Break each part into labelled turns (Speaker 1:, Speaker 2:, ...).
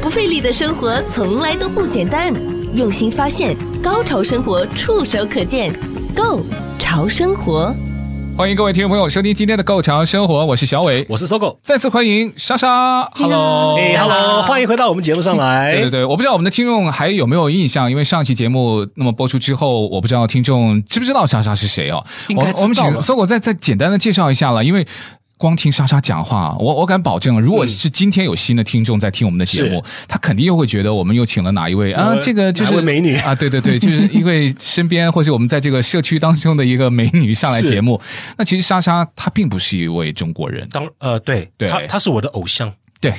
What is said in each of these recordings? Speaker 1: 不费力的生活从来都不简单，用心发现，高潮生活触手可见，Go 潮生活。
Speaker 2: 欢迎各位听众朋友收听今天的《购潮生活》，我是小伟，
Speaker 3: 我是搜狗，
Speaker 2: 再次欢迎莎莎，Hello，哦
Speaker 3: 哎，Hello，欢迎回到我们节目上来。
Speaker 2: 对对对，我不知道我们的听众还有没有印象，因为上期节目那么播出之后，我不知道听众知不知道莎莎是谁哦。
Speaker 3: 应
Speaker 2: 我
Speaker 3: 该
Speaker 2: 们我们
Speaker 3: 知道吧
Speaker 2: 请搜狗再再简单的介绍一下了，因为。光听莎莎讲话，我我敢保证，如果是今天有新的听众在听我们的节目，他肯定又会觉得我们又请了哪一位啊
Speaker 3: 哪？位
Speaker 2: 这个就是
Speaker 3: 哪位美女
Speaker 2: 啊，对对对，就是因为身边或者我们在这个社区当中的一个美女上来
Speaker 3: 是
Speaker 2: 节目。那其实莎莎她并不是一位中国人，
Speaker 3: 当呃，对，
Speaker 2: 对
Speaker 3: 他他是我的偶像，
Speaker 2: 对，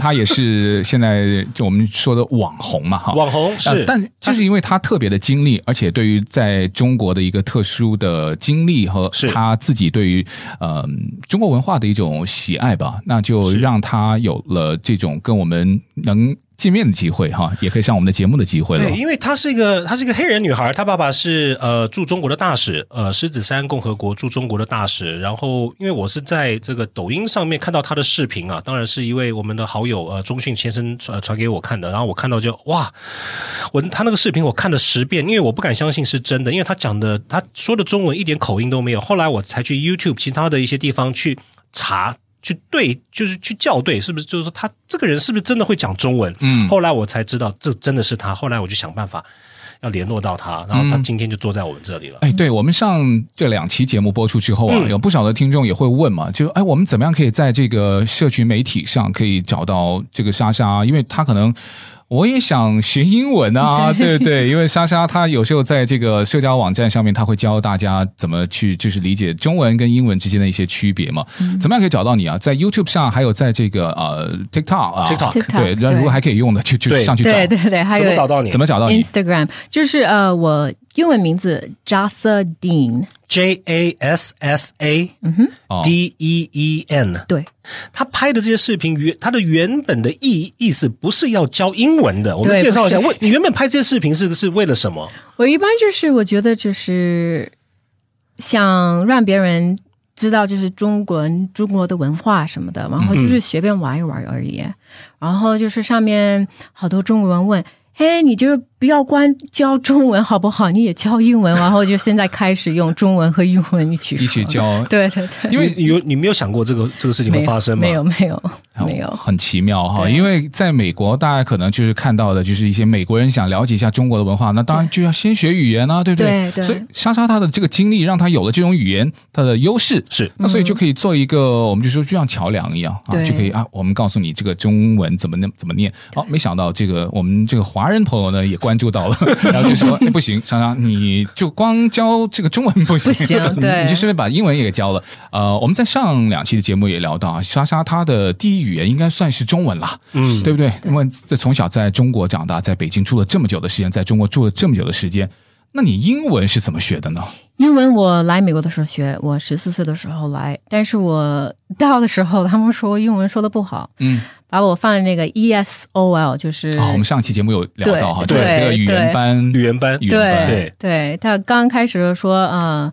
Speaker 2: 他也是现在就我们说的网红嘛，哈，
Speaker 3: 网红
Speaker 2: 呃
Speaker 3: 是，
Speaker 2: 但就是因为他特别的经历，而且对于在中国的一个特殊的经历和
Speaker 3: 是
Speaker 2: 他自己对于呃中国文化的一种喜爱吧，那就是让他有了这种跟我们能见面的机会哈，也可以上我们的节目的机会了。
Speaker 3: 对，因为她是一个她是一个黑人女孩，她爸爸是呃驻中国的大使，呃狮子山共和国驻中国的大使。然后因为我是在这个抖音上面看到她的视频啊，当然是一位我们的好友呃钟迅先生传传给我看的，然后我看到就哇，我他那个视频我看了十遍，因为我不敢相信是真的，因为他讲的他说的中文一点口音都没有。后来我才去 YouTube 其他的一些地方去查。去对，就是去校对，是不是？就是说他这个人是不是真的会讲中文？
Speaker 2: 嗯
Speaker 3: 后来我才知道这真的是他。后来我就想办法要联络到他，然后他今天就坐在我们这里了。
Speaker 2: 哎，对我们上这两期节目播出之后啊，
Speaker 3: 嗯
Speaker 2: 有不少的听众也会问嘛，就哎，我们怎么样可以在这个社群媒体上可以找到这个莎莎？因为她可能。我也想学英文啊，对不对？因为莎莎她有时候在这个社交网站上面，她会教大家怎么去就是理解中文跟英文之间的一些区别嘛。怎么样可以找到你啊？在 YouTube 上，还有在这个呃 TikTok 啊
Speaker 3: TikTok
Speaker 2: 对，
Speaker 4: TikTok，
Speaker 2: 那如果
Speaker 4: 对
Speaker 2: 还可以用的，就就
Speaker 3: 对
Speaker 2: 上去找，
Speaker 4: 对对对，还
Speaker 3: 怎
Speaker 4: 有
Speaker 3: 么找到你
Speaker 2: 怎么找到你？
Speaker 4: Instagram，就是呃，我英文名字 Jasa Dean，
Speaker 3: ？J A S S A
Speaker 2: 哦
Speaker 3: D E E N，
Speaker 4: 嗯对，
Speaker 3: 他拍的这些视频原他的原本的意意思不是要教英文的。我们
Speaker 4: 对
Speaker 3: 介绍一下，
Speaker 4: 不是
Speaker 3: 为你原本拍这些视频是是为了什 么？
Speaker 4: 我一般就是我觉得就是想让别人知道就是中国人中国的文化什么的，然后就是随便玩一玩而已。然后就是上面好多中国人问。嘿你就是不要光教中文好不好？你也教英文，然后就现在开始用中文和英文一起
Speaker 2: 一起
Speaker 4: 说
Speaker 2: 教
Speaker 4: 对对对，
Speaker 3: 因为你有你没有想过这个这个事情会发生吗？
Speaker 4: 没有没有没有，
Speaker 2: 很奇妙哈。
Speaker 4: 对
Speaker 2: 因为在美国，大家可能就是看到的，就是一些美国人想了解一下中国的文化，那当然就要先学语言啊，对不
Speaker 4: 对对
Speaker 2: 所以莎莎她的这个经历，让她有了这种语言她的优势。
Speaker 3: 是
Speaker 2: 那所以就可以做一个，我们就说就像桥梁一样啊，
Speaker 4: 对
Speaker 2: 就可以啊，我们告诉你这个中文怎么念怎么念。哦，没想到这个我们这个华人朋友呢也关注到 了，然后就说、哎、不行，莎莎你就光教这个中文 不行，
Speaker 4: 不行对
Speaker 2: 你就顺便把英文也给教了。呃，我们在上两期的节目也聊到啊，莎莎她的第一语言应该算是中文啦，
Speaker 3: 嗯
Speaker 2: 对不对？因为这从小在中国长大，在北京住了这么久的时间，在中国住了这么久的时间，那你英文是怎么学的呢？
Speaker 4: 英文我来美国的时候学，我十四岁的时候来，但是我到的时候他们说英文说的不好，
Speaker 2: 嗯，
Speaker 4: 把我放在那个 E S O L，就是、
Speaker 2: 啊，我们上期节目有聊到哈，
Speaker 4: 对
Speaker 2: 就是这个
Speaker 4: 对
Speaker 2: 语言班，
Speaker 3: 语言班
Speaker 2: 语言班，
Speaker 4: 对对，他刚开始的说呃，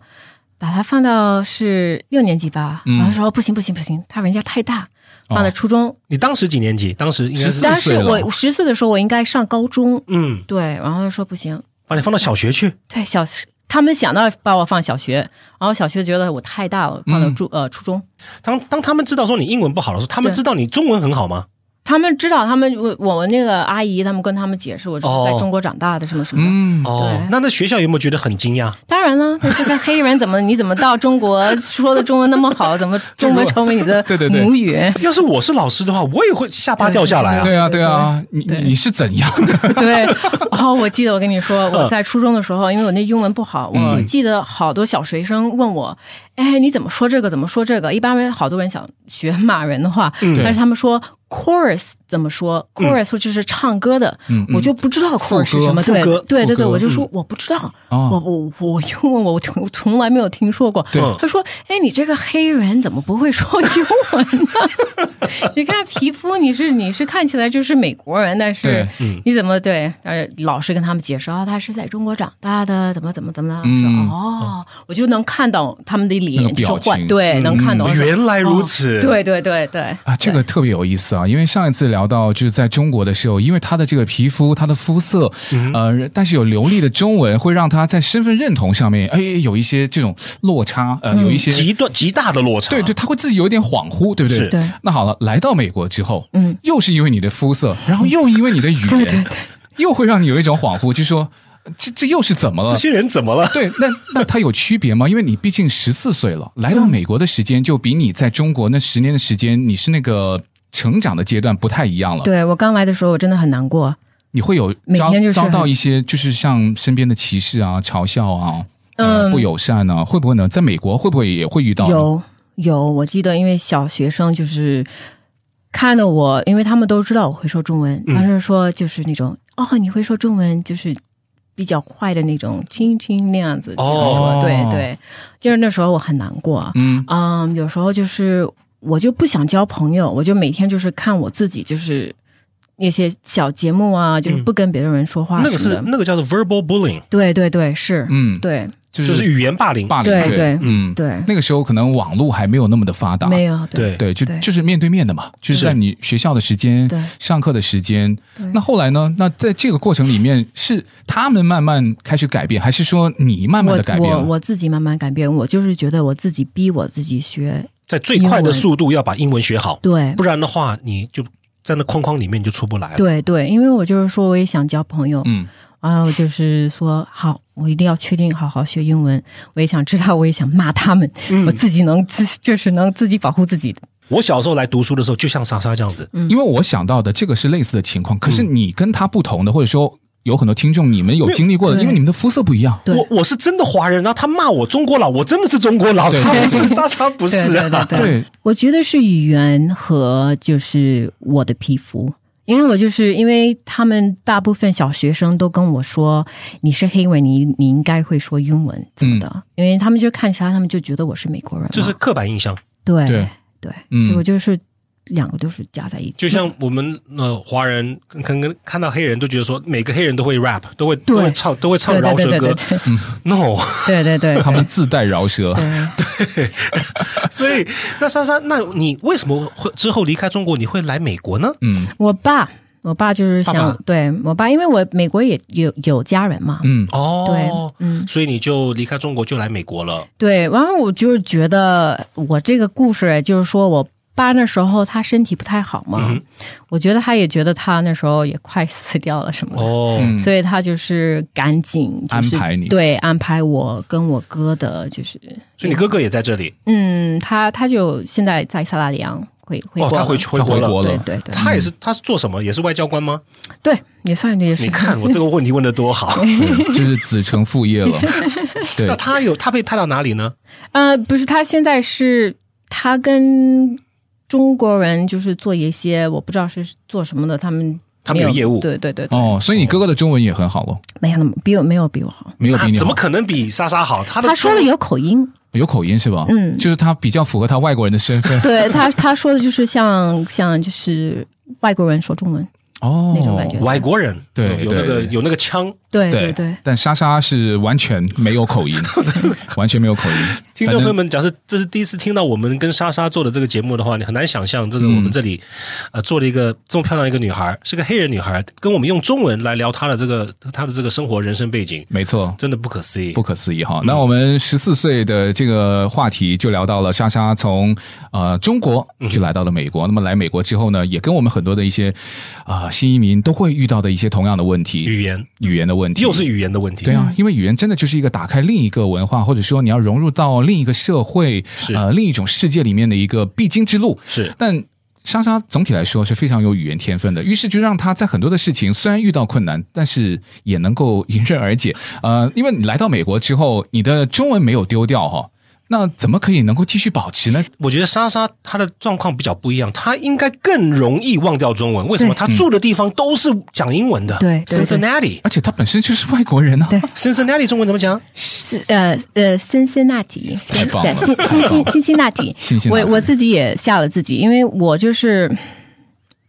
Speaker 4: 把它放到是六年级吧，
Speaker 2: 嗯
Speaker 4: 然后说不行不行不行，他人家太大，
Speaker 2: 哦
Speaker 4: 放在初中。
Speaker 3: 你当时几年级？当时应该
Speaker 2: 14
Speaker 3: 是
Speaker 2: 岁
Speaker 4: 但是
Speaker 2: 了
Speaker 4: 我十岁的时候我应该上高中，
Speaker 3: 嗯，
Speaker 4: 对，然后说不行，
Speaker 3: 把你放到小学去，
Speaker 4: 对小他们想到把我放小学，然后小学觉得我太大了，放到
Speaker 2: 嗯
Speaker 4: 初、呃初中。
Speaker 3: 当当他们知道说你英文不好的时候，他们
Speaker 4: 对
Speaker 3: 知道你中文很好吗？
Speaker 4: 他们知道，他们我我们那个阿姨，他们跟他们解释，我是
Speaker 3: 哦
Speaker 4: 在中国长大的，什么什么的。
Speaker 2: 嗯，
Speaker 3: 哦
Speaker 4: 对，
Speaker 3: 那那学校有没有觉得很惊讶？
Speaker 4: 当 然了，这个黑人怎么你怎么到中国说的中文那么好，怎么中文成为你的
Speaker 2: 对对对
Speaker 4: 母语？
Speaker 3: 要是我是老师的话，我也会下巴掉下来啊！
Speaker 2: 对啊，对啊，你
Speaker 4: 对
Speaker 2: 你是怎样的？
Speaker 4: 对。然后我记得我跟你说，我在初中的时候，因为我那英文不好，我记得好多小学生问我，哎，你怎么说这个？怎么说这个？一般人好多人想学骂人的话，但是他们说 chorus 怎么说？chorus 或者是唱歌的，
Speaker 2: 嗯嗯
Speaker 4: 我就不知道
Speaker 2: 副
Speaker 4: chorus 是
Speaker 2: 歌
Speaker 4: 什么。
Speaker 3: 副
Speaker 4: 对
Speaker 3: 歌
Speaker 4: 对
Speaker 3: 副
Speaker 4: 对对，
Speaker 3: 歌
Speaker 4: 我就说
Speaker 3: 嗯
Speaker 4: 我不知道，
Speaker 2: 哦
Speaker 4: 我我我因为我从从来没有听说过。
Speaker 3: 嗯
Speaker 2: 对
Speaker 4: 他说：“哎，你这个黑人怎么不会说英文呢？你看皮肤，你是你是看起来就是美国人，但是
Speaker 2: 对
Speaker 4: 你怎么对？呃，老师跟他们解释啊，他是在中国长大的，怎么怎么怎么的。我说
Speaker 2: 嗯
Speaker 4: 哦，我就能看到他们的
Speaker 2: 那
Speaker 4: 脸
Speaker 2: 个表
Speaker 4: 说话
Speaker 2: 情，
Speaker 4: 对，哦能看到。
Speaker 3: 原来如此，
Speaker 4: 对对对对
Speaker 2: 啊，这个特别有意思啊，因为上一次聊到就是在中国的时候，因为他的这个皮肤、他的肤色，
Speaker 4: 嗯
Speaker 2: 呃，但是有流利的中文，会让他在身份认同上面，哎，有一些这种落差，呃，
Speaker 4: 嗯
Speaker 2: 有一些，
Speaker 3: 极端极大的落差，
Speaker 2: 对对，他会自己有点恍惚，对不对？
Speaker 3: 是
Speaker 4: 对
Speaker 2: 那好了，来到美国之后，
Speaker 4: 嗯，
Speaker 2: 又是因为你的肤色，然后又因为你的语言，
Speaker 4: 对对对，
Speaker 2: 又会让你有一种恍惚，就说呃这这又是怎么了
Speaker 3: 啊这？些人怎么 了？
Speaker 2: 对，那那它有区别吗？因为你毕竟十四岁了，来
Speaker 4: 嗯
Speaker 2: 到美国的时间就比你在中国那十年的时间，你是那个成长的阶段不太一样了。
Speaker 4: 对我刚来的时候，我真的很难过。
Speaker 2: 你会有
Speaker 4: 每
Speaker 2: 遭
Speaker 4: 天就是
Speaker 2: 遭
Speaker 4: 很
Speaker 2: 到一些就是像身边的歧视啊、嘲笑啊、呃
Speaker 4: 嗯
Speaker 2: 不友善啊，会不会呢？在美国会不会也会遇到呢？
Speaker 4: 有有，我记得，因为小学生就是看到我，因为他们都知道我会说中文，
Speaker 2: 嗯
Speaker 4: 但是说就是那种哦，你会说中文，就是比较坏的那种，亲亲那样子这样说。
Speaker 2: 哦
Speaker 4: 对对，就是那时候我很难过。
Speaker 2: 嗯，
Speaker 4: 嗯，有时候就是我就不想交朋友，我就每天就是看我自己，就是那些小节目啊，
Speaker 2: 嗯
Speaker 4: 就是不跟别的人说话
Speaker 3: 那
Speaker 4: 什
Speaker 3: 个
Speaker 4: 么
Speaker 3: 是
Speaker 4: 的。
Speaker 3: 那个叫做 verbal bullying，
Speaker 4: 对对对，是，
Speaker 2: 嗯
Speaker 4: 对
Speaker 2: 就
Speaker 3: 就是
Speaker 2: 是
Speaker 3: 语言霸凌。
Speaker 2: 霸凌
Speaker 4: 对
Speaker 2: 罪
Speaker 4: 对
Speaker 2: 嗯，
Speaker 4: 对，
Speaker 2: 那个时候可能网络还没有那么的发达，
Speaker 4: 没有
Speaker 3: 对，
Speaker 4: 对
Speaker 2: 对，就
Speaker 4: 对
Speaker 2: 就是面对面的嘛，就是
Speaker 3: 是
Speaker 2: 在你学校的时间
Speaker 4: 对、
Speaker 2: 上课的时间
Speaker 4: 对。
Speaker 2: 那后来呢？那在这个过程里面，是他们慢慢开始改变，还是说你慢慢的改变
Speaker 4: 我
Speaker 2: 了
Speaker 4: 我我自己慢慢改变，我就是觉得我自己逼我自己学，
Speaker 3: 在最快的速度要把英文学好，
Speaker 4: 对
Speaker 3: 不然的话你就在那框框里面你就出不来了。
Speaker 4: 对对，因为我就是说我也想交朋友，
Speaker 2: 嗯，
Speaker 4: 然后就是说好，我一定要确定好好学英文，我也想知道，我也想骂他们，
Speaker 2: 嗯
Speaker 4: 我自己能就是能自己保护自己的，
Speaker 3: 我小时候来读书的时候，就像莎莎这样子，
Speaker 4: 嗯
Speaker 2: 因为我想到的这个是类似的情况，可是你跟他不同的，或者说有很多听众你们有经历过的，
Speaker 4: 对
Speaker 2: 因为你们的肤色不一样。
Speaker 4: 对
Speaker 3: 我我是真的华人，然后他骂我中国佬，我真的是中国佬，
Speaker 2: 对
Speaker 3: 他不是莎莎不是
Speaker 4: 对对
Speaker 3: 啊
Speaker 4: 对，
Speaker 2: 对，
Speaker 4: 我觉得是语言和就是我的皮肤，因为我就是因为他们大部分小学生都跟我说你是黑人，你你应该会说英文怎么的，因为他们就看起来他们就觉得我是美国人嘛，
Speaker 3: 这是刻板印
Speaker 4: 嗯
Speaker 3: 象。
Speaker 4: 对
Speaker 2: 对
Speaker 4: 对
Speaker 2: 嗯
Speaker 4: 所以我就是两个都是加在一起，
Speaker 3: 就像我们呃华人可能看到黑人都觉得说每个黑人都会 rap，都会都会唱都会唱
Speaker 4: 对对
Speaker 3: 饶舌
Speaker 4: 对对
Speaker 3: 歌
Speaker 4: 对
Speaker 3: ，no。
Speaker 4: 对对对，
Speaker 2: 他们自带饶舌。
Speaker 4: 对
Speaker 3: 所以那莎莎，那你为什么会之后离开中国，你会来美国呢？
Speaker 2: 嗯
Speaker 4: 我爸。我爸就是想
Speaker 3: 爸爸
Speaker 4: 对我爸，因为我美国也有有家人嘛，
Speaker 2: 嗯，
Speaker 3: 哦，
Speaker 4: 对，嗯，
Speaker 3: 所以你就离开中国就来美国了。
Speaker 4: 对，然后我就是觉得我这个故事，就是说我爸那时候他身体不太好
Speaker 3: 嗯
Speaker 4: 嘛，我觉得他也觉得他那时候也快 死掉了什么的。
Speaker 3: 哦，
Speaker 2: 嗯
Speaker 4: 所以他就是赶紧、就是、
Speaker 2: 安排你
Speaker 4: 对安排我跟我哥的，就是
Speaker 3: 所以你哥哥也在这里，
Speaker 4: 嗯，他他就现在在萨拉里昂回回
Speaker 3: 哦，
Speaker 4: 国
Speaker 3: 他
Speaker 4: 了，
Speaker 3: 回去回
Speaker 2: 他
Speaker 3: 国
Speaker 2: 回
Speaker 3: 了。
Speaker 2: 国
Speaker 4: 对
Speaker 2: 了。
Speaker 4: 对对
Speaker 3: 他也是，他是做什么？也是外交官 吗？
Speaker 4: 对，也算这也是
Speaker 3: 你看我这个问题问的多好。
Speaker 2: 对就是子承父业 了， 对
Speaker 3: 那，他有他被派到哪里呢？
Speaker 4: 呃，不是，他现在是他跟中国人就是做一些我不知道是做什么的，他们
Speaker 3: 他
Speaker 4: 没
Speaker 3: 们有
Speaker 4: 有
Speaker 3: 业务
Speaker 4: 对对对对，
Speaker 2: 哦，所以你哥哥的中文也很好喽，
Speaker 4: 没有那么比我没有比我好。
Speaker 2: 没有比
Speaker 3: 那
Speaker 2: 你
Speaker 3: 怎
Speaker 2: 好
Speaker 3: 么。可能比莎莎好？他的
Speaker 4: 他说的有 口音，
Speaker 2: 有口音是吧？
Speaker 4: 嗯
Speaker 2: 就是他比较符合他外国人的身份
Speaker 4: 对他他说的就是像像就是外国人说中文，
Speaker 2: 哦
Speaker 4: 那种感觉
Speaker 3: 外国人，
Speaker 2: 对
Speaker 3: 有那个
Speaker 2: 对
Speaker 3: 有那个腔。
Speaker 4: 对
Speaker 2: 对
Speaker 4: 对，
Speaker 2: 但莎莎是完全没有 口音，完全没有口音。
Speaker 3: 听
Speaker 2: 反正
Speaker 3: 众朋友们，假设这是第一次听到我们跟莎莎做的这个节目的话，你很难想象，这个我们这里、
Speaker 4: 嗯
Speaker 3: 呃做了一个这么漂亮一个女孩，是个黑人女孩，跟我们用中文来聊她的这个呃她的这个生活人生背景，
Speaker 2: 没错，
Speaker 3: 真的不可思议
Speaker 2: 不。可思议哈。那我们十四岁的这个话题就聊到了莎莎从呃中国
Speaker 3: 嗯
Speaker 2: 就来到了美国，那么来美国之后呢，也跟我们很多的一些啊、新移民都会遇到的一些同样的问题，
Speaker 3: 语言
Speaker 2: 语言的问题，
Speaker 3: 又是语言的问题，
Speaker 2: 对啊，因为语言真的就是一个打开另一个文化，或者说你要融入到另一个社会，呃，另一种世界里面的一个必经之路。
Speaker 4: 啊
Speaker 3: 是
Speaker 2: 但莎莎总体来说是非常有语言天分的，于是就让她在很多的事情虽然遇到困难，但是也 能够迎刃而解。呃，因为你来到美国之后，你的中文没有丢掉哈、那怎么可以能够继续保持呢？
Speaker 3: 我觉得莎莎她的状况比较不一样，她应该更容易忘掉中文。为什么？
Speaker 4: 对
Speaker 3: 她住的地方都是讲英文的。
Speaker 4: 对对对
Speaker 3: ，Cincinnati，Cincinnati
Speaker 2: 而且他本身就是外国人啊，
Speaker 4: 对
Speaker 3: Cincinnati 中文怎么讲？
Speaker 4: 呃呃，辛辛那提，
Speaker 2: 太棒了，
Speaker 4: 在辛辛辛辛辛那 提
Speaker 2: 辛辛那
Speaker 4: 我
Speaker 2: 提
Speaker 4: 我自己也吓了自己，因为我就是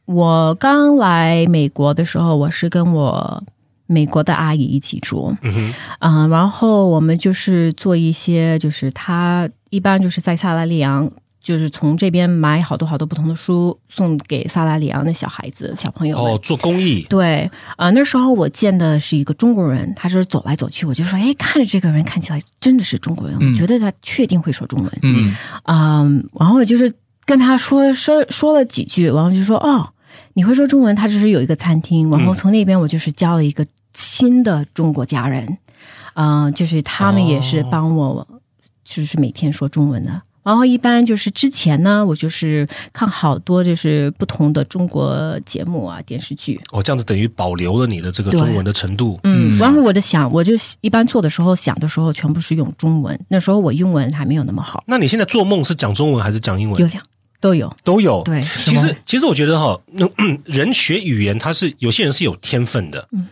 Speaker 4: 我刚来美国的时候，我是跟我美国的阿姨一起住，
Speaker 3: 嗯
Speaker 4: 嗯、然后我们就是做一些，就是她一般就是在萨拉利昂。就是从这边买好多好多不同的书送给萨拉里昂的小孩子、小朋友
Speaker 3: 哼，
Speaker 4: 们
Speaker 3: 哦，做公益，
Speaker 4: 对，啊、那时候我见的是一个中国人，他是走来走去，我就说，哎，看着这个人看起来真的是中国人，
Speaker 2: 嗯
Speaker 4: 我觉得他确定会说中文，
Speaker 2: 嗯，
Speaker 4: 嗯，然后我就是跟他说说说了几句，然后就说，哦，你会说中文，他只是有一个餐厅，然后从那边我就是交了一个新的中国家人，嗯、就是他们也是
Speaker 3: 哦
Speaker 4: 帮我，就是每天说中文的。然后一般就是之前呢，我就是看好多就是不同的中国节目啊、电视剧，
Speaker 3: 哦，这样子等于保留了你的这个
Speaker 4: 对
Speaker 3: 中文的程度。
Speaker 4: 嗯，然后我的想，我就一般做的时候想的时候，全部是用中文。那时候我英文还没有那么好，
Speaker 3: 那你现在做梦是讲中文还是讲英
Speaker 4: 有
Speaker 3: 文？
Speaker 4: 两都有。
Speaker 3: 都有。
Speaker 4: 对
Speaker 3: 其实其实我觉得哈，那嗯人学语言，他是有些人是有天分的。嗯，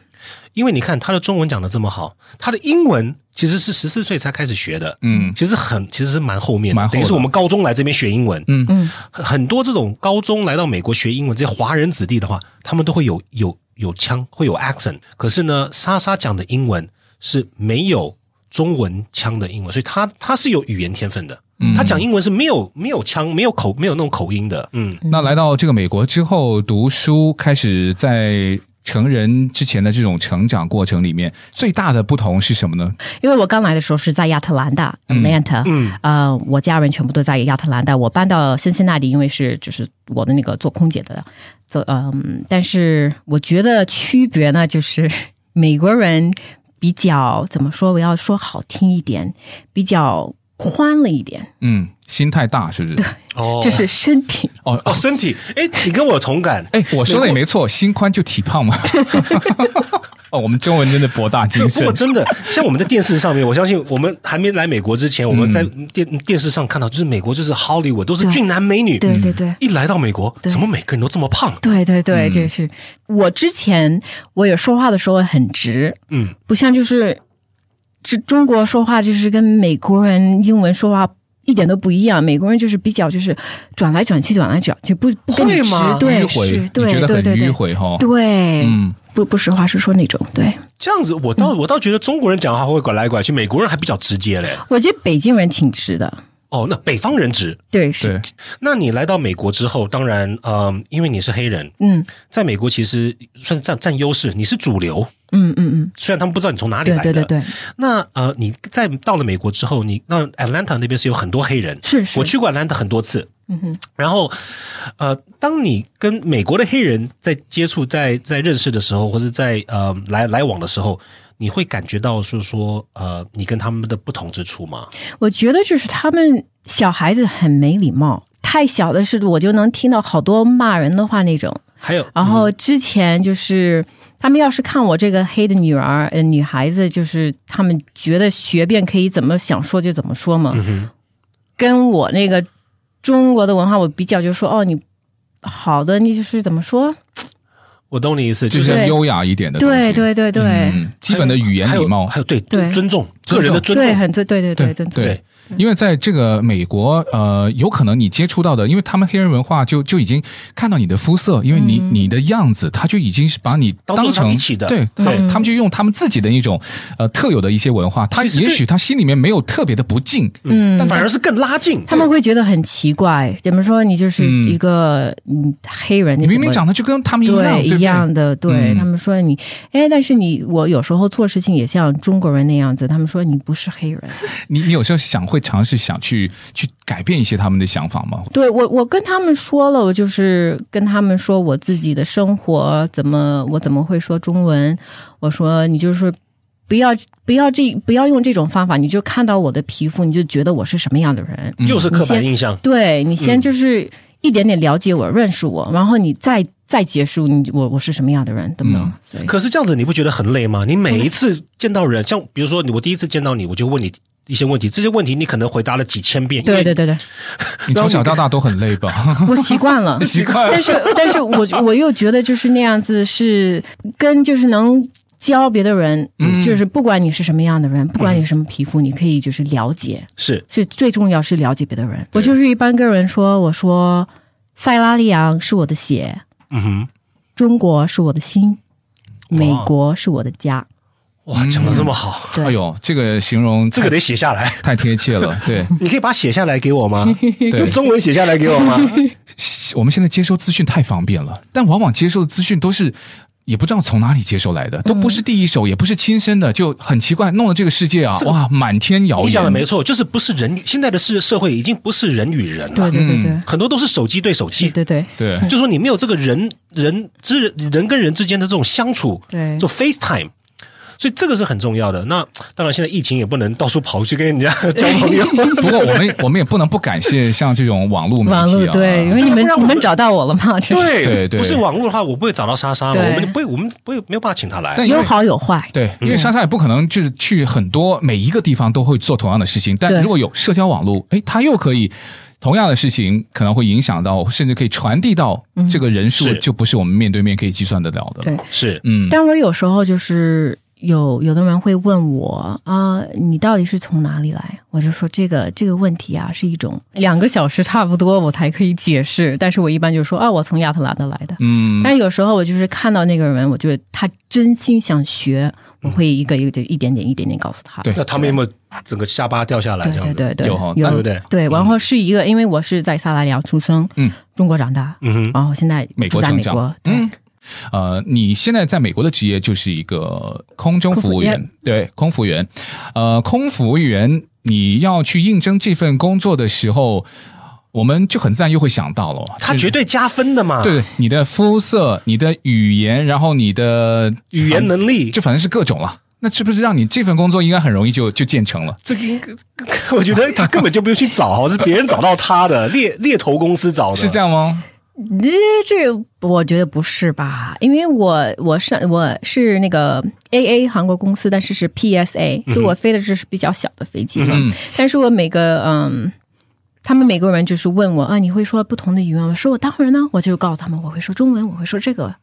Speaker 3: 因为你看他的中文讲的这么好，他的英文其实是十四岁才开始学的。
Speaker 2: 嗯
Speaker 3: 其实很其实是蛮后面的，
Speaker 2: 蛮后的
Speaker 3: 等于是我们高中来这边学英文。
Speaker 2: 嗯
Speaker 4: 嗯
Speaker 3: 很，很多这种高中来到美国学英文这些华人子弟的话，他们都会有有有腔，会有 accent。可是呢，莎莎讲的英文是没有中文腔的英文，所以她她是有语言天分的。
Speaker 2: 嗯
Speaker 3: 她讲英文是没有没有腔、没有口、没有那种口音的。嗯，
Speaker 2: 那来到这个美国之后，读书开始在成人之前的这种成长过程里面，最大的不同是什么呢？
Speaker 4: 因为我刚来的时候是在亚特兰大 （Atlanta），
Speaker 3: 嗯
Speaker 4: 呃，我家人全部都在亚特兰大。我搬到辛辛那提，因为是就是我的那个做空姐的，做嗯，但是我觉得区别呢，就是美国人比较怎么说？我要说好听一点，比较宽了一点，
Speaker 2: 嗯，心太大是不是？
Speaker 3: 哦
Speaker 4: 这是身体。
Speaker 2: 哦
Speaker 3: 哦，
Speaker 2: 哦，
Speaker 3: 身体，哎，你跟我有同感。
Speaker 2: 哎，我说的也没错，心宽就体胖嘛。哦，我们中文真的博大精
Speaker 3: 不
Speaker 2: 深
Speaker 3: 过。真的，像我们在电视上面，我相信我们还没来美国之前，我们在电电视上看到，就是美国就是 Hollywood 都是
Speaker 4: 对
Speaker 3: 俊男美女，
Speaker 4: 对对对。
Speaker 3: 一来到美国，
Speaker 4: 对
Speaker 3: 怎么每个人都这么胖？
Speaker 4: 对对对，
Speaker 2: 嗯
Speaker 4: 这是我之前我有说话的时候很直，
Speaker 3: 嗯，
Speaker 4: 不像就是这中国说话就是跟美国人英文说话一点都不一样，美国人就是比较就是转来转去转来转去，不不跟你
Speaker 3: 会
Speaker 4: 直
Speaker 3: 吗
Speaker 4: 对，
Speaker 2: 迂回，
Speaker 4: 是，
Speaker 2: 你
Speaker 4: 对
Speaker 2: 觉得
Speaker 4: 对
Speaker 2: 很
Speaker 4: 对
Speaker 2: 迂
Speaker 4: 对，
Speaker 2: 回哈？
Speaker 4: 对，
Speaker 2: 嗯，
Speaker 4: 不不实话实说那种，对
Speaker 3: 这样子，我
Speaker 4: 嗯
Speaker 3: 倒我倒觉得中国人讲话会拐来拐去，美国人还比较直接嘞。
Speaker 4: 我觉得北京人挺直的，
Speaker 3: 哦，那北方人直。
Speaker 4: 对
Speaker 2: 对
Speaker 4: 是，，
Speaker 3: 那你来到美国之后，当然，嗯、因为你是黑人，
Speaker 4: 嗯
Speaker 3: 在美国其实算是占占优势，你是主流。
Speaker 4: 嗯嗯嗯，
Speaker 3: 虽然他们不知道你从哪里
Speaker 4: 对
Speaker 3: 来的，
Speaker 4: 对对对，
Speaker 3: 那呃，你在到了美国之后，你那 Atlanta 那边是有很多黑人，
Speaker 4: 是是
Speaker 3: 我去过 Atlanta 很多次。
Speaker 4: 嗯哼，
Speaker 3: 然后，呃，当你跟美国的黑人在接触、在在认识的时候，或是在呃来来往的时候，你会感觉到是说，呃，你跟他们的不同之处吗？
Speaker 4: 我觉得就是他们小孩子很没礼貌，太小的是我就能听到好多骂人的话那种。
Speaker 3: 还有，嗯
Speaker 4: 然后之前就是他们要是看我这个黑的女儿，呃，女孩子，就是他们觉得学遍可以怎么想说就怎么说
Speaker 2: 嗯
Speaker 4: 嘛。跟我那个中国的文化，我比较就说哦，你好的，你就是怎么说？
Speaker 3: 我懂你意思，
Speaker 2: 就
Speaker 3: 就是是
Speaker 2: 要优雅一点的东西。
Speaker 4: 对对对对、
Speaker 2: 嗯，基本的语言
Speaker 3: 还有
Speaker 2: 礼貌
Speaker 3: 还。有对
Speaker 4: 对
Speaker 3: 尊重
Speaker 2: 尊重
Speaker 3: 个人的尊
Speaker 4: 对，
Speaker 3: 重，
Speaker 4: 很对对对对对
Speaker 2: 对，因为在这个美国，呃，有可能你接触到的，因为他们黑人文化就就已经看到你的肤色，因为你、你的样子，他就已经是把你
Speaker 3: 当
Speaker 2: 当
Speaker 3: 做是他们
Speaker 2: 成
Speaker 3: 一起的
Speaker 2: 对，他
Speaker 3: 对
Speaker 2: 他们就用他们自己的一种呃特有的一些文化，他
Speaker 3: 其实
Speaker 2: 也
Speaker 3: 对
Speaker 2: 许他心里面没有特别的不敬，
Speaker 4: 嗯
Speaker 3: 但反而是更拉近。
Speaker 4: 他们会觉得很奇怪，怎么说？你就是
Speaker 2: 嗯
Speaker 4: 一个嗯黑人，
Speaker 2: 你
Speaker 4: 怎
Speaker 2: 明明
Speaker 4: 么
Speaker 2: 长得就跟他们一样，
Speaker 4: 对
Speaker 2: 对不对
Speaker 4: 一样的，对、
Speaker 2: 嗯
Speaker 4: 他们说你，哎，但是你我有时候做事情也像中国人那样子，他们说你不是黑人。
Speaker 2: 你你有时候想会尝试想去去改变一些他们的想法 吗？
Speaker 4: 对我，我跟他们说了，我就是跟他们说我自己的生活怎么，我怎么会说中文？我说你就是不要不要这不要用这种方法，你就看到我的皮肤，你就觉得我是什么样的人。
Speaker 2: 嗯
Speaker 3: 又是刻板
Speaker 4: 你
Speaker 3: 印象，
Speaker 4: 对你
Speaker 3: 嗯
Speaker 4: 先就是一点点了解我，认识我，然后你再再结束你我我是什么样的人，懂不懂？对
Speaker 2: 嗯
Speaker 4: 嗯
Speaker 3: 可是这样子你不觉得很累吗？你每一次见到人，像比如说你，我第一次见到你，我就问你一些问题，这些问题你可能回答了几千遍，
Speaker 4: 对对对对，
Speaker 2: 你从小到大都很累 吧？，
Speaker 4: 我习惯了
Speaker 2: 习 惯了
Speaker 4: 但是但是我我又觉得就是那样子是跟就是能。教别的人，就是不管你是什么样的人，不管你是什么皮肤，你可以就是了解，
Speaker 3: 是
Speaker 4: 所以最重要是了解别的人。我就是一般跟人说，我说塞拉利昂是我的血，
Speaker 3: 嗯哼，
Speaker 4: 中国是我的心，美国是我的家。嗯
Speaker 3: 哇，讲的这么好，
Speaker 4: 对
Speaker 2: 哎呦，这个形容
Speaker 3: 这
Speaker 2: 太
Speaker 3: 个得写下 来，
Speaker 2: 太贴切 了。对
Speaker 3: 你可以把它写下来给我吗？
Speaker 2: 对
Speaker 3: 用，中文写下来给我 吗？
Speaker 2: 我们现在接收资讯太方便了，但往往接收的资讯都是。也不知道从哪里接收来的，都不是第一手，也不是亲身的，就很奇怪，弄得这个世界啊，哇，满天谣
Speaker 3: 你讲的没
Speaker 2: 言。
Speaker 3: 错，就是不是人与现在的是社会已经不是人与人了，
Speaker 4: 对对对对、
Speaker 3: 很多都是手机对手
Speaker 4: 对
Speaker 3: 机，
Speaker 4: 对对
Speaker 2: 对，
Speaker 3: 就说你没有这个人人之人跟人之间的这种相处，
Speaker 4: 对
Speaker 3: 就 FaceTime。所以这个是很重要的。那当然，现在疫情也不能到处跑去跟 人家交朋友。
Speaker 2: 不过我们我们也不能不感谢像这种网络媒体啊，
Speaker 4: 网络 对，因为你们
Speaker 3: 不然我
Speaker 4: 你们找到我了嘛，这
Speaker 3: 对
Speaker 2: 对对
Speaker 3: 不是网络的话，我不会找到莎莎嘛，
Speaker 4: 对
Speaker 3: 我们不会，我们不会没有办法请她来。
Speaker 2: 但因
Speaker 4: 有
Speaker 2: 为
Speaker 4: 好有坏。
Speaker 2: 对，
Speaker 3: 嗯
Speaker 2: 因为莎莎也不可能就是去很多每一个地方都会做同样的事情，但
Speaker 4: 对
Speaker 2: 如果有社交网络，哎，她又可以同样的事情可能会影响到，甚至可以传递到这个人数，
Speaker 3: 嗯是
Speaker 2: 就不是我们面对面可以计算得了的。
Speaker 4: 对
Speaker 3: 是
Speaker 2: 嗯，
Speaker 4: 但我有时候就是有有的人会问我啊、你到底是从哪里来？我就说这个这个问题啊，是一种两个小时差不多我才可以解释，但是我一般就说啊，我从亚特兰大来的。
Speaker 2: 嗯，
Speaker 4: 但有时候我就是看到那个人，我觉得他真心想学，我会一个一个一点点一点点告诉他。
Speaker 2: 对
Speaker 3: 那他们有没有整个下巴掉下来
Speaker 4: 对
Speaker 3: 这样
Speaker 4: 对
Speaker 3: 子？
Speaker 4: 对对，
Speaker 2: 有哈
Speaker 3: 对不对
Speaker 4: 对，然后是一个，因为我是在萨拉里昂出生，
Speaker 2: 嗯，
Speaker 4: 中国长大，
Speaker 3: 嗯哼，
Speaker 4: 然后现在
Speaker 2: 美
Speaker 4: 住
Speaker 2: 国
Speaker 4: 在
Speaker 2: 成
Speaker 4: 美
Speaker 2: 长
Speaker 4: 国，对
Speaker 2: 嗯，呃，你现在在美国的职业就是一个空中服务员
Speaker 4: 空，
Speaker 2: 对，空服员。呃，空服员，你要去应征这份工作的时候，我们就很自然又会想到了，
Speaker 3: 他
Speaker 2: 就是
Speaker 3: 绝对加分的嘛。
Speaker 2: 对对你的肤色、你的语言，然后你的
Speaker 3: 语言能力，
Speaker 2: 就反正是各种了。那是不是让你这份工作应该很容易就就建成了？
Speaker 3: 这个 应该，我觉得他根本就不用去找，是别人找到他 的，猎猎头公司找的。
Speaker 2: 是这样吗？
Speaker 4: 呃，这个我觉得不是吧？因为我我上我是那个 AA 韩国公司，但是是 PSA，、所以我飞的就是比较小的飞机嘛。但是我每个嗯，他们每个人就是问我啊，你会说不同的语言？我说我当然呢，我就告诉他们我会说中文，我会说这个。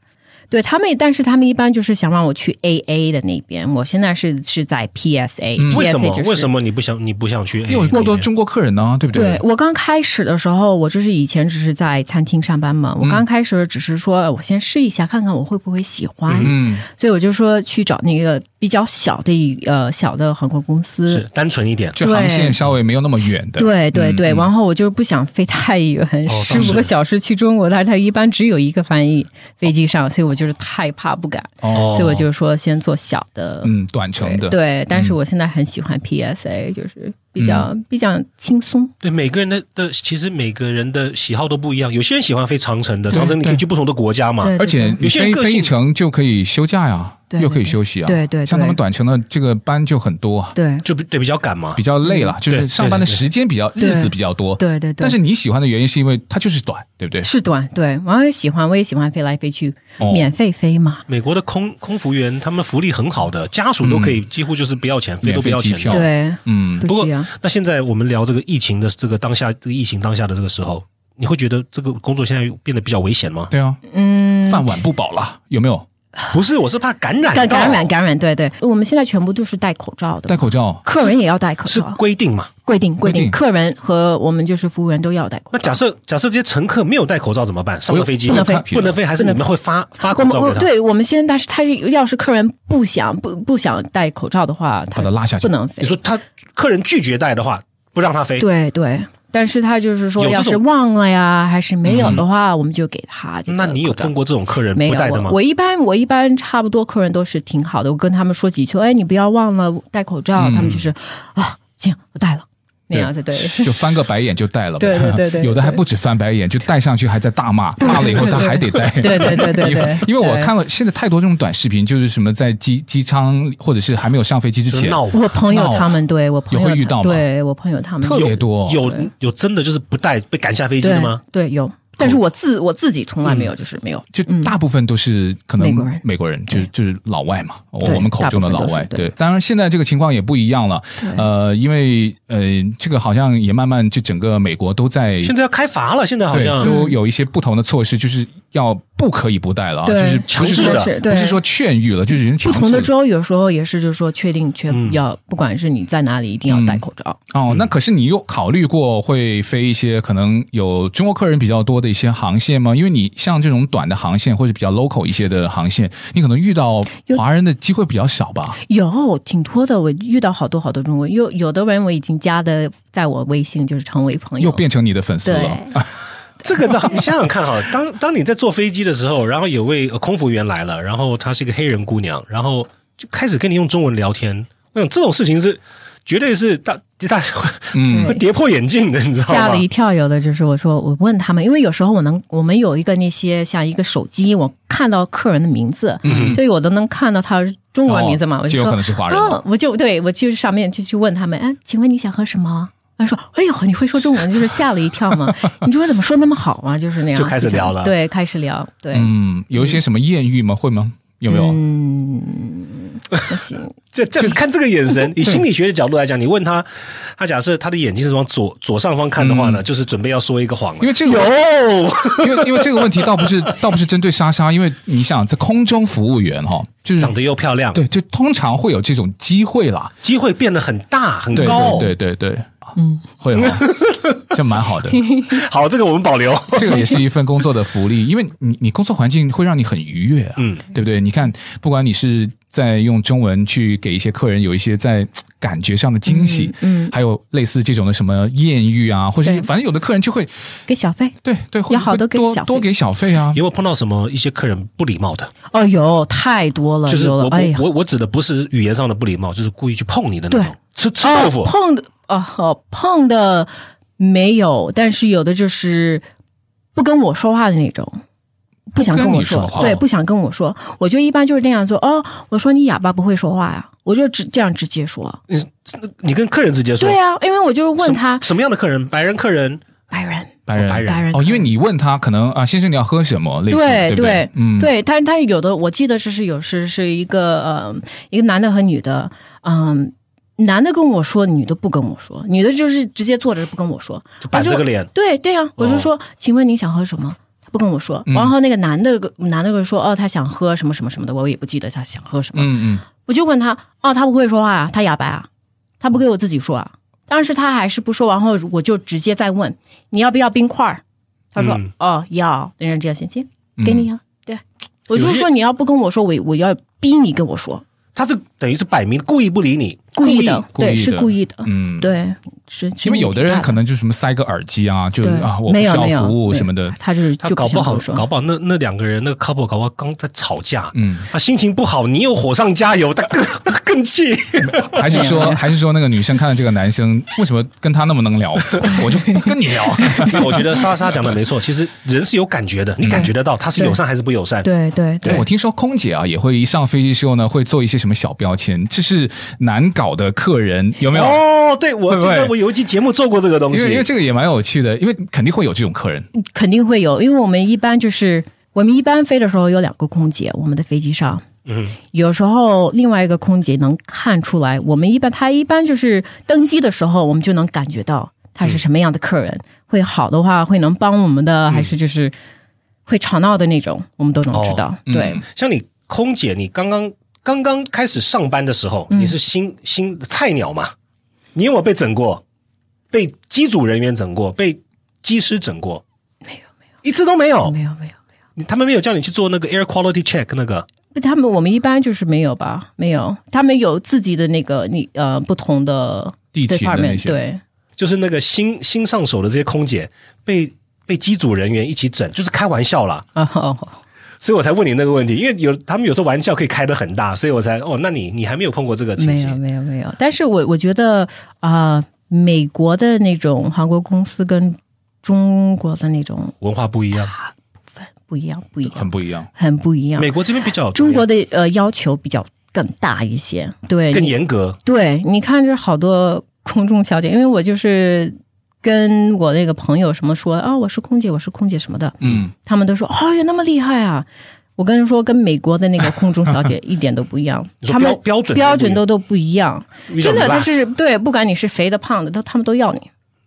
Speaker 4: 对他们，但是他们一般就是想让我去 AA 的那边。我现在是是在 PSA，、
Speaker 3: 为什么
Speaker 4: PSA 就？是
Speaker 3: 为什么你不想你不想去？哎
Speaker 2: 因为有过多中国客人呢、对不
Speaker 4: 哎对我刚开始的时候，我就是以前只是在餐厅上班
Speaker 2: 嗯
Speaker 4: 嘛，我刚开始只是说呃我先试一下，看看我会不会喜欢，
Speaker 2: 嗯，
Speaker 4: 所以我就说去找那个比较小的一呃小的航空公
Speaker 3: 是
Speaker 4: 司。
Speaker 3: 单纯一点。
Speaker 2: 就航线
Speaker 4: 对
Speaker 2: 稍微没有那么远的。
Speaker 4: 对对
Speaker 2: 嗯
Speaker 4: 对，
Speaker 2: 嗯哦
Speaker 4: 然后我就不想飞太远， 十
Speaker 3: 当时
Speaker 4: 五个小时去中国，它它一般只有一个翻译飞机上，所以我就是害怕不敢，
Speaker 2: 哦，
Speaker 4: 所以我就说先做小的。
Speaker 2: 嗯短程的。
Speaker 4: 对，对，但是我现在很喜欢 PSA，就是比较
Speaker 2: 嗯
Speaker 4: 比较轻松。
Speaker 3: 对每个人的的，其实每个人的喜好都不一样。有些人喜欢飞长城的，
Speaker 2: 对
Speaker 3: 长城你可以
Speaker 2: 对
Speaker 3: 去不同的国家嘛。
Speaker 4: 对
Speaker 2: 而且你
Speaker 3: 有些人
Speaker 2: 飞
Speaker 3: 个
Speaker 2: 飞
Speaker 3: 性
Speaker 2: 一程就可以休假呀，
Speaker 4: 对
Speaker 2: 又可以休息啊。
Speaker 4: 对对对
Speaker 2: 像他们短程的这个班就很多啊，
Speaker 4: 对
Speaker 3: 就比对比较赶嘛
Speaker 2: 比。较累了，就
Speaker 3: 对
Speaker 2: 是上班的
Speaker 3: 对对对
Speaker 2: 时间比较
Speaker 4: 嗯对
Speaker 2: 日子比较多。
Speaker 4: 对对对。
Speaker 2: 但是你喜欢的原因是因为它就是短，对不对？
Speaker 4: 是短，对，我也喜欢，我也喜欢飞来飞去，
Speaker 2: 哦
Speaker 4: 免费飞嘛。
Speaker 3: 美国的空空服员，他们福利很好的，家属都可以几乎就是不要钱，飞都不要钱
Speaker 2: 免费机
Speaker 3: 的
Speaker 2: 票哦。
Speaker 4: 对，啊
Speaker 2: 嗯，
Speaker 4: 不
Speaker 3: 不过
Speaker 4: 需要。
Speaker 3: 那现在我们聊这个疫情的这个当下，这个疫情当下的这个时候，你会觉得这个工作现在变得比较危险 吗？
Speaker 2: 对啊，
Speaker 4: 嗯，
Speaker 2: 饭碗不保了，有没有？
Speaker 3: 不是，我是怕感染到，
Speaker 4: 感感染感染，对对，我们现在全部都是戴口罩的
Speaker 2: 戴，口罩，
Speaker 4: 客人也要戴口
Speaker 3: 是
Speaker 4: 罩，
Speaker 3: 规定嘛？
Speaker 4: 规定
Speaker 2: 规
Speaker 4: 规
Speaker 2: 定
Speaker 4: 定，客人和我们就是服务员都要戴口
Speaker 3: 那
Speaker 4: 罩。
Speaker 3: 假设假设这些乘客没有戴口罩怎么办？上
Speaker 2: 不
Speaker 3: 了
Speaker 2: 用
Speaker 3: 飞机
Speaker 2: 不能
Speaker 4: 飞
Speaker 3: 不能飞，还是你们会发发
Speaker 4: 我
Speaker 3: 口
Speaker 4: 们
Speaker 3: 罩
Speaker 4: 我
Speaker 3: 给他？
Speaker 4: 对我们现在，但是他是要是客人不想不不想戴口罩的话，
Speaker 2: 把
Speaker 4: 他
Speaker 2: 它拉下去
Speaker 4: 不能飞
Speaker 3: 你。说他客人拒绝戴的话，不让他飞，
Speaker 4: 对对，但是他就是说，
Speaker 3: 有这
Speaker 4: 要是
Speaker 3: 种嗯
Speaker 4: 忘了呀，还是没有的话，我们就给他这个口罩。
Speaker 3: 那你有碰过这种客人
Speaker 4: 没
Speaker 3: 不
Speaker 4: 有
Speaker 3: 戴的吗
Speaker 4: 我？我一般我一般差不多客人都是挺好的，我跟他们说几句，哎，你不要忘了戴口
Speaker 2: 嗯
Speaker 4: 罩，他们就是啊，行，我戴了那样子，对，
Speaker 2: 就翻个白眼就戴了。
Speaker 4: 对对对 对对
Speaker 2: 有的还不止翻白眼，就戴上去还在大 骂，骂了以后他还得戴。
Speaker 4: 对对对 对
Speaker 2: 因为
Speaker 4: 对，
Speaker 2: 因为我
Speaker 4: 对
Speaker 2: 看了现在太多这种短视频，就是什么在机机舱或者是还没有上飞机之
Speaker 3: 就是
Speaker 2: 前，
Speaker 3: 闹
Speaker 4: 我朋友他们，对我朋友
Speaker 2: 也会遇
Speaker 4: 他
Speaker 2: 到吗
Speaker 4: 对我朋友他们
Speaker 2: 特别多
Speaker 3: 有有有真的就是不戴被赶下飞机
Speaker 4: 对
Speaker 3: 的吗？
Speaker 4: 对有但是
Speaker 2: 哦
Speaker 4: 我自我自己从来没
Speaker 2: 嗯
Speaker 4: 有，就是没有，
Speaker 2: 就大部分都是可能
Speaker 4: 嗯美国人
Speaker 2: 美国人就是就是老外嘛，
Speaker 4: 对
Speaker 2: 我们口中的老外。
Speaker 4: 大部分都是
Speaker 2: 对，当然现在这个情况也不一样了。呃，因为呃，这个好像也慢慢就整个美国都在
Speaker 3: 现在要开罚了，现在好
Speaker 2: 对
Speaker 3: 像
Speaker 2: 都有一些不同的措施，就是要不可以不戴了啊，就
Speaker 4: 对
Speaker 2: 是
Speaker 3: 强
Speaker 2: 不
Speaker 3: 制
Speaker 2: 是
Speaker 3: 的
Speaker 2: 说
Speaker 4: 对
Speaker 2: 不是说劝喻了，就是人强
Speaker 4: 不同
Speaker 2: 制
Speaker 4: 的
Speaker 2: 了
Speaker 4: 州有时候也是，就是说确定确
Speaker 3: 嗯
Speaker 4: 要，不管是你在哪里，一定要戴口罩。
Speaker 2: 哦，那可是你有考虑过会飞一些可能有中国客人比较多的一些航线吗？因为你像这种短的航线或者比较 local 一些的航线，你可能遇到华人的机会比较少吧？
Speaker 4: 有挺多的，我遇到好多好多中国人，有有的人我已经加的，在我微信就是成为朋友，
Speaker 2: 又变成你的粉丝了
Speaker 4: 对，
Speaker 3: 这个的，你想想看哈，当当你在坐飞机的时候，然后有位 呃空服员来了，然后她是一个黑人姑娘，然后就开始跟你用中文聊天，我想这种事情是绝对是大大
Speaker 2: 嗯
Speaker 3: 会跌破眼镜的，你知道
Speaker 4: 吓了
Speaker 3: 吗
Speaker 4: 一？跳。有的就是我说我问他们，因为有时候我能我们有一个那些像一个手机，我看到客人的名字，
Speaker 3: 嗯
Speaker 4: 所以我都能看到他是中文名字嘛，
Speaker 2: 哦
Speaker 4: 我
Speaker 2: 就
Speaker 4: 就
Speaker 2: 有可能
Speaker 4: 说
Speaker 2: 是华人了。
Speaker 4: 哦，我就对我去上面就去问他们，哎，请问你想喝什么？他说：“哎呦，你会说中文，就是吓了一跳 嘛。你中文怎么说那么好啊？就是那样，
Speaker 3: 就开始聊了
Speaker 4: 对，开始聊，对，
Speaker 2: 嗯，有一些什么艳遇吗？会吗？有没有？
Speaker 4: 嗯不行，
Speaker 3: 这这看这个眼神，以心理学的角度来讲，你问他，他假设他的眼睛是往左左上方看的话呢，就是准备要说一个谎了
Speaker 2: 因。为这个
Speaker 3: 有，
Speaker 2: 因为因为这个问题倒不是倒不是针对莎莎，因为你想在空中服务员哈、就是
Speaker 3: 长得又漂亮，
Speaker 2: 对，就通常会有这种机会啦。
Speaker 3: 机会变得很大很
Speaker 2: 对
Speaker 3: 高。
Speaker 2: 对对对对，嗯，会哈、 这蛮好 的。
Speaker 3: 好，这个我们保 留。
Speaker 2: 这个也是一份工作的福利，因为你你工作环境会让你很愉悦啊，
Speaker 3: 嗯
Speaker 2: 对不对？你看，不管你是在用中文去给一些客人有一些在嘖感觉上的惊喜，
Speaker 4: 嗯嗯
Speaker 2: 还有类似这种的什么艳遇啊，或者
Speaker 4: 对
Speaker 2: 反正有的客人就会
Speaker 4: 给小费。
Speaker 2: 对对，会
Speaker 4: 有好
Speaker 2: 会
Speaker 4: 多给
Speaker 2: 多
Speaker 4: 小费
Speaker 2: 多给小费啊，
Speaker 3: 有没有碰到什么一些客人不礼貌的？
Speaker 4: 哦，有太多了，
Speaker 3: 就是
Speaker 4: 有
Speaker 3: 我
Speaker 4: 了，
Speaker 3: 我
Speaker 4: 哎呀，
Speaker 3: 我我指的不是语言上的不礼貌，就是故意去碰你的那种
Speaker 4: 对，
Speaker 3: 吃吃豆腐
Speaker 4: 哦、碰的哦哦，碰的没有，但是有的就是不跟我说话的那种。不想跟
Speaker 2: 不跟
Speaker 4: 我
Speaker 2: 你说话
Speaker 4: 对，不想跟我说。我就一般就是那样说，哦，我说你哑巴不会说话呀，我就直这样直接说。
Speaker 2: 嗯
Speaker 3: 你跟客人直接说，
Speaker 4: 对呀、因为我就是问他
Speaker 3: 什什么样的客人，白人客人，
Speaker 4: 白人，
Speaker 2: 白人
Speaker 3: 白人
Speaker 4: 白人
Speaker 2: 哦，因为你问他可能啊，先生你要喝什么，类似
Speaker 4: 对
Speaker 2: 不对，嗯，
Speaker 4: 对，但是但是有的，我记得这是有是是一个呃一个男的和女的，嗯、男的跟我说，女的不跟我说，女的就是直接坐着不跟我说，
Speaker 3: 就板着
Speaker 4: 啊
Speaker 3: 个脸，
Speaker 4: 对对呀、我就
Speaker 2: 哦
Speaker 4: 说，请问你想喝什么？他不跟我
Speaker 2: 嗯
Speaker 4: 说，然后那个男的男的跟我说，哦，他想喝什么什么什么的，我也不记得他想喝什么。
Speaker 2: 嗯嗯，
Speaker 4: 我就问他，哦，他不会说话啊，他哑巴啊，他不给我自己说啊。当时他还是不说，然后我就直接再问，你要不要冰块儿？他说，
Speaker 3: 嗯
Speaker 4: 哦，要。人家直接行行，给你
Speaker 2: 嗯
Speaker 4: 啊。对，我就
Speaker 3: 有些
Speaker 4: 说你要不跟我说，我我要逼你跟我说，
Speaker 3: 他是等于是摆明故意不理你，
Speaker 4: 故意的，
Speaker 2: 故意
Speaker 4: 对，
Speaker 2: 的
Speaker 4: 是故意的，
Speaker 2: 嗯
Speaker 4: 对，是。是
Speaker 2: 因为有的人可
Speaker 4: 挺
Speaker 2: 能就什么塞个耳机啊，就
Speaker 4: 大对
Speaker 2: 啊，我不
Speaker 4: 没
Speaker 2: 需
Speaker 4: 有
Speaker 2: 要
Speaker 4: 没有
Speaker 2: 服务
Speaker 4: 对
Speaker 2: 什么的，
Speaker 4: 他就是
Speaker 3: 他
Speaker 4: 就
Speaker 3: 搞不
Speaker 4: 想跟
Speaker 3: 好
Speaker 4: 我说
Speaker 3: 搞不好那那两个人那个 couple 搞不好刚在吵架，
Speaker 2: 嗯，
Speaker 3: 他心情不好，你又火上加油，他更 他更气，
Speaker 2: 还是
Speaker 4: 没有没
Speaker 2: 说，
Speaker 4: 有
Speaker 2: 还是说那个女生看到这个男生，为什么跟他那么能聊，我就不跟你聊。
Speaker 3: 因为我觉得莎莎讲的没错，其实人是有感觉的，你感觉得到他是友善还是不友善，
Speaker 4: 对对 对，
Speaker 2: 我听说空姐啊，也会一上飞机之后呢，会做一些什么小标签，这是难搞的客人，有没有？
Speaker 3: 哦，对我
Speaker 2: 会
Speaker 3: 记
Speaker 2: 不会
Speaker 3: 得我有一期节目做过这个东
Speaker 2: 因为因为
Speaker 3: 西，
Speaker 2: 这个也蛮有趣的，因为肯定会有这种客人，
Speaker 4: 肯定会有，因为我们一般就是我们一般飞的时候有两个空姐，我们的飞机上。
Speaker 3: 嗯，
Speaker 4: 有时候另外一个空姐能看出来，我们一般她一般就是登机的时候，我们就能感觉到她是什么样的客人。会好的话，会能帮我们的，还是就是会吵闹的那种，我们都能知道。
Speaker 2: 嗯
Speaker 4: 对，
Speaker 3: 像你空姐，你刚刚刚刚开始上班的时候，
Speaker 4: 嗯
Speaker 3: 你是新新菜鸟嘛？你有没有被整过？被机组人员整过？被机师整过？
Speaker 4: 没有没
Speaker 3: 一次都没
Speaker 2: 嗯
Speaker 3: 有。
Speaker 4: 没有没有没有，
Speaker 3: 你他们没有叫你去做那个 air quality check 那个？
Speaker 4: 不他们我们一般就是没有吧，没有，他们有自己的那个你呃不同的
Speaker 2: 地勤的那
Speaker 4: department，
Speaker 2: 些
Speaker 4: 对。
Speaker 3: 就是那个新新上手的这些空姐被被机组人员一起整，就是开玩笑啦。
Speaker 4: 啊、哦，
Speaker 3: 所以我才问你那个问题，因为有他们有时候玩笑可以开得很大，所以我才哦，那你你还没有碰过这个情
Speaker 4: 没有
Speaker 3: 形？
Speaker 4: 没有没有，但是我我觉得啊、美国的那种航空公司跟中国的那种
Speaker 3: 文化不一样，
Speaker 4: 啊不一样，不一样，
Speaker 2: 很不一样。
Speaker 4: 很不一样
Speaker 3: 美。国这边比较
Speaker 4: 中国的呃要求比较更大一些，对，
Speaker 3: 更
Speaker 4: 你
Speaker 3: 严格，
Speaker 4: 对，你看这好多空中小姐，因为我就是。跟我那个朋友什么说啊、我是空姐，我是空姐什么的，
Speaker 2: 嗯，
Speaker 4: 他们都说哦哟那么厉害啊！我跟人说， 跟美国的那个空中小姐一点都不一样，
Speaker 3: 你说
Speaker 4: 他们
Speaker 3: 标标准
Speaker 4: 标准都都不一样，
Speaker 3: 遇到
Speaker 4: 真的
Speaker 3: relax
Speaker 4: 就是对，不管你是肥的胖的，都他们都要你。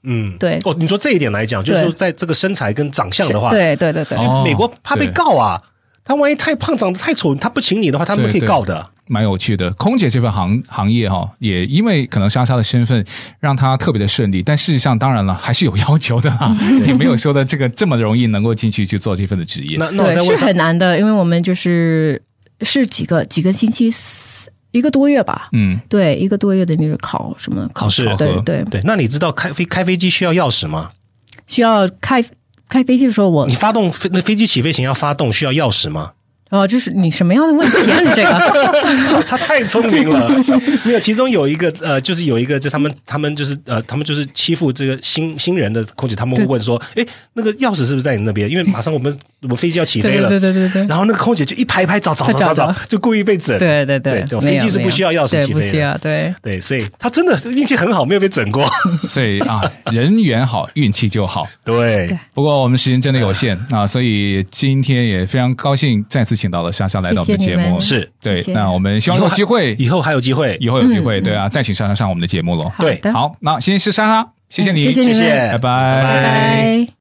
Speaker 3: 嗯，
Speaker 4: 对
Speaker 3: 哦，你说这一点来讲，就是说在这个身材跟长相的话，
Speaker 4: 对对对对，
Speaker 2: 哦
Speaker 3: 美国怕被告啊，他万一太胖、长得太丑，他不请你的话，他们可
Speaker 2: 对
Speaker 3: 以
Speaker 2: 对
Speaker 3: 告的。
Speaker 2: 蛮有趣的。空姐这份行行业哈、也因为可能莎莎的身份，让她特别的顺利。但事实上，当然了，还是有要求的啦， 也没有说的这个这么容易能够进去去做这份的职业。
Speaker 3: 那那我再问
Speaker 4: 对
Speaker 3: 一
Speaker 4: 是
Speaker 3: 下，
Speaker 4: 很难的，因为我们就是是几个几个星期，一个多月吧，
Speaker 2: 嗯，
Speaker 4: 对，一个多月的那个考什么
Speaker 3: 考试
Speaker 4: 对
Speaker 2: 考
Speaker 4: 对，
Speaker 3: 对，那你知道开飞开飞机需要钥匙吗？
Speaker 4: 需要开开飞机的时候我
Speaker 3: 你发动飞那飞机起飞前要发动需要钥匙吗？
Speaker 4: 哦，这是你什么样的问题啊？你这个
Speaker 3: 他太聪明了。 没有，其中有一个呃，就是有一个，就他们他们就是呃，他们就是欺负这个新新人的空姐，他们会问说，哎，那个钥匙是不是在你那边？因为马上我们我们飞机要起飞
Speaker 4: 对
Speaker 3: 了，
Speaker 4: 对对对对
Speaker 3: 然后那个空姐就一排一排找找
Speaker 4: 她
Speaker 3: 找
Speaker 4: 找
Speaker 3: 找找
Speaker 4: 找，
Speaker 3: 就故意被整。
Speaker 4: 对对
Speaker 3: 对对
Speaker 4: 没
Speaker 3: 飞
Speaker 4: 有
Speaker 3: 机是不
Speaker 4: 没有
Speaker 3: 需要钥匙
Speaker 4: 对
Speaker 3: 起
Speaker 4: 不
Speaker 3: 飞的
Speaker 4: 需要对。
Speaker 3: 对，所以他真的运气很好，没有被整过。
Speaker 2: 所以啊，人缘好，运气就好。
Speaker 3: 对，
Speaker 2: 不过我们时间真的有限啊，所以今天也非常高兴再次请到了莎莎来到我们的节目。
Speaker 4: 谢谢
Speaker 3: 是
Speaker 2: 对，
Speaker 4: 谢谢
Speaker 2: 那我们希望有机会
Speaker 3: 以后还有机会。
Speaker 2: 以后有机会，对啊，再请莎莎上我们的节目喽。
Speaker 4: 好的
Speaker 3: 对
Speaker 2: 嗯好，那先是莎莎，谢谢你，
Speaker 4: 嗯谢谢你们
Speaker 3: 谢谢
Speaker 2: 拜拜
Speaker 4: 嗯拜拜。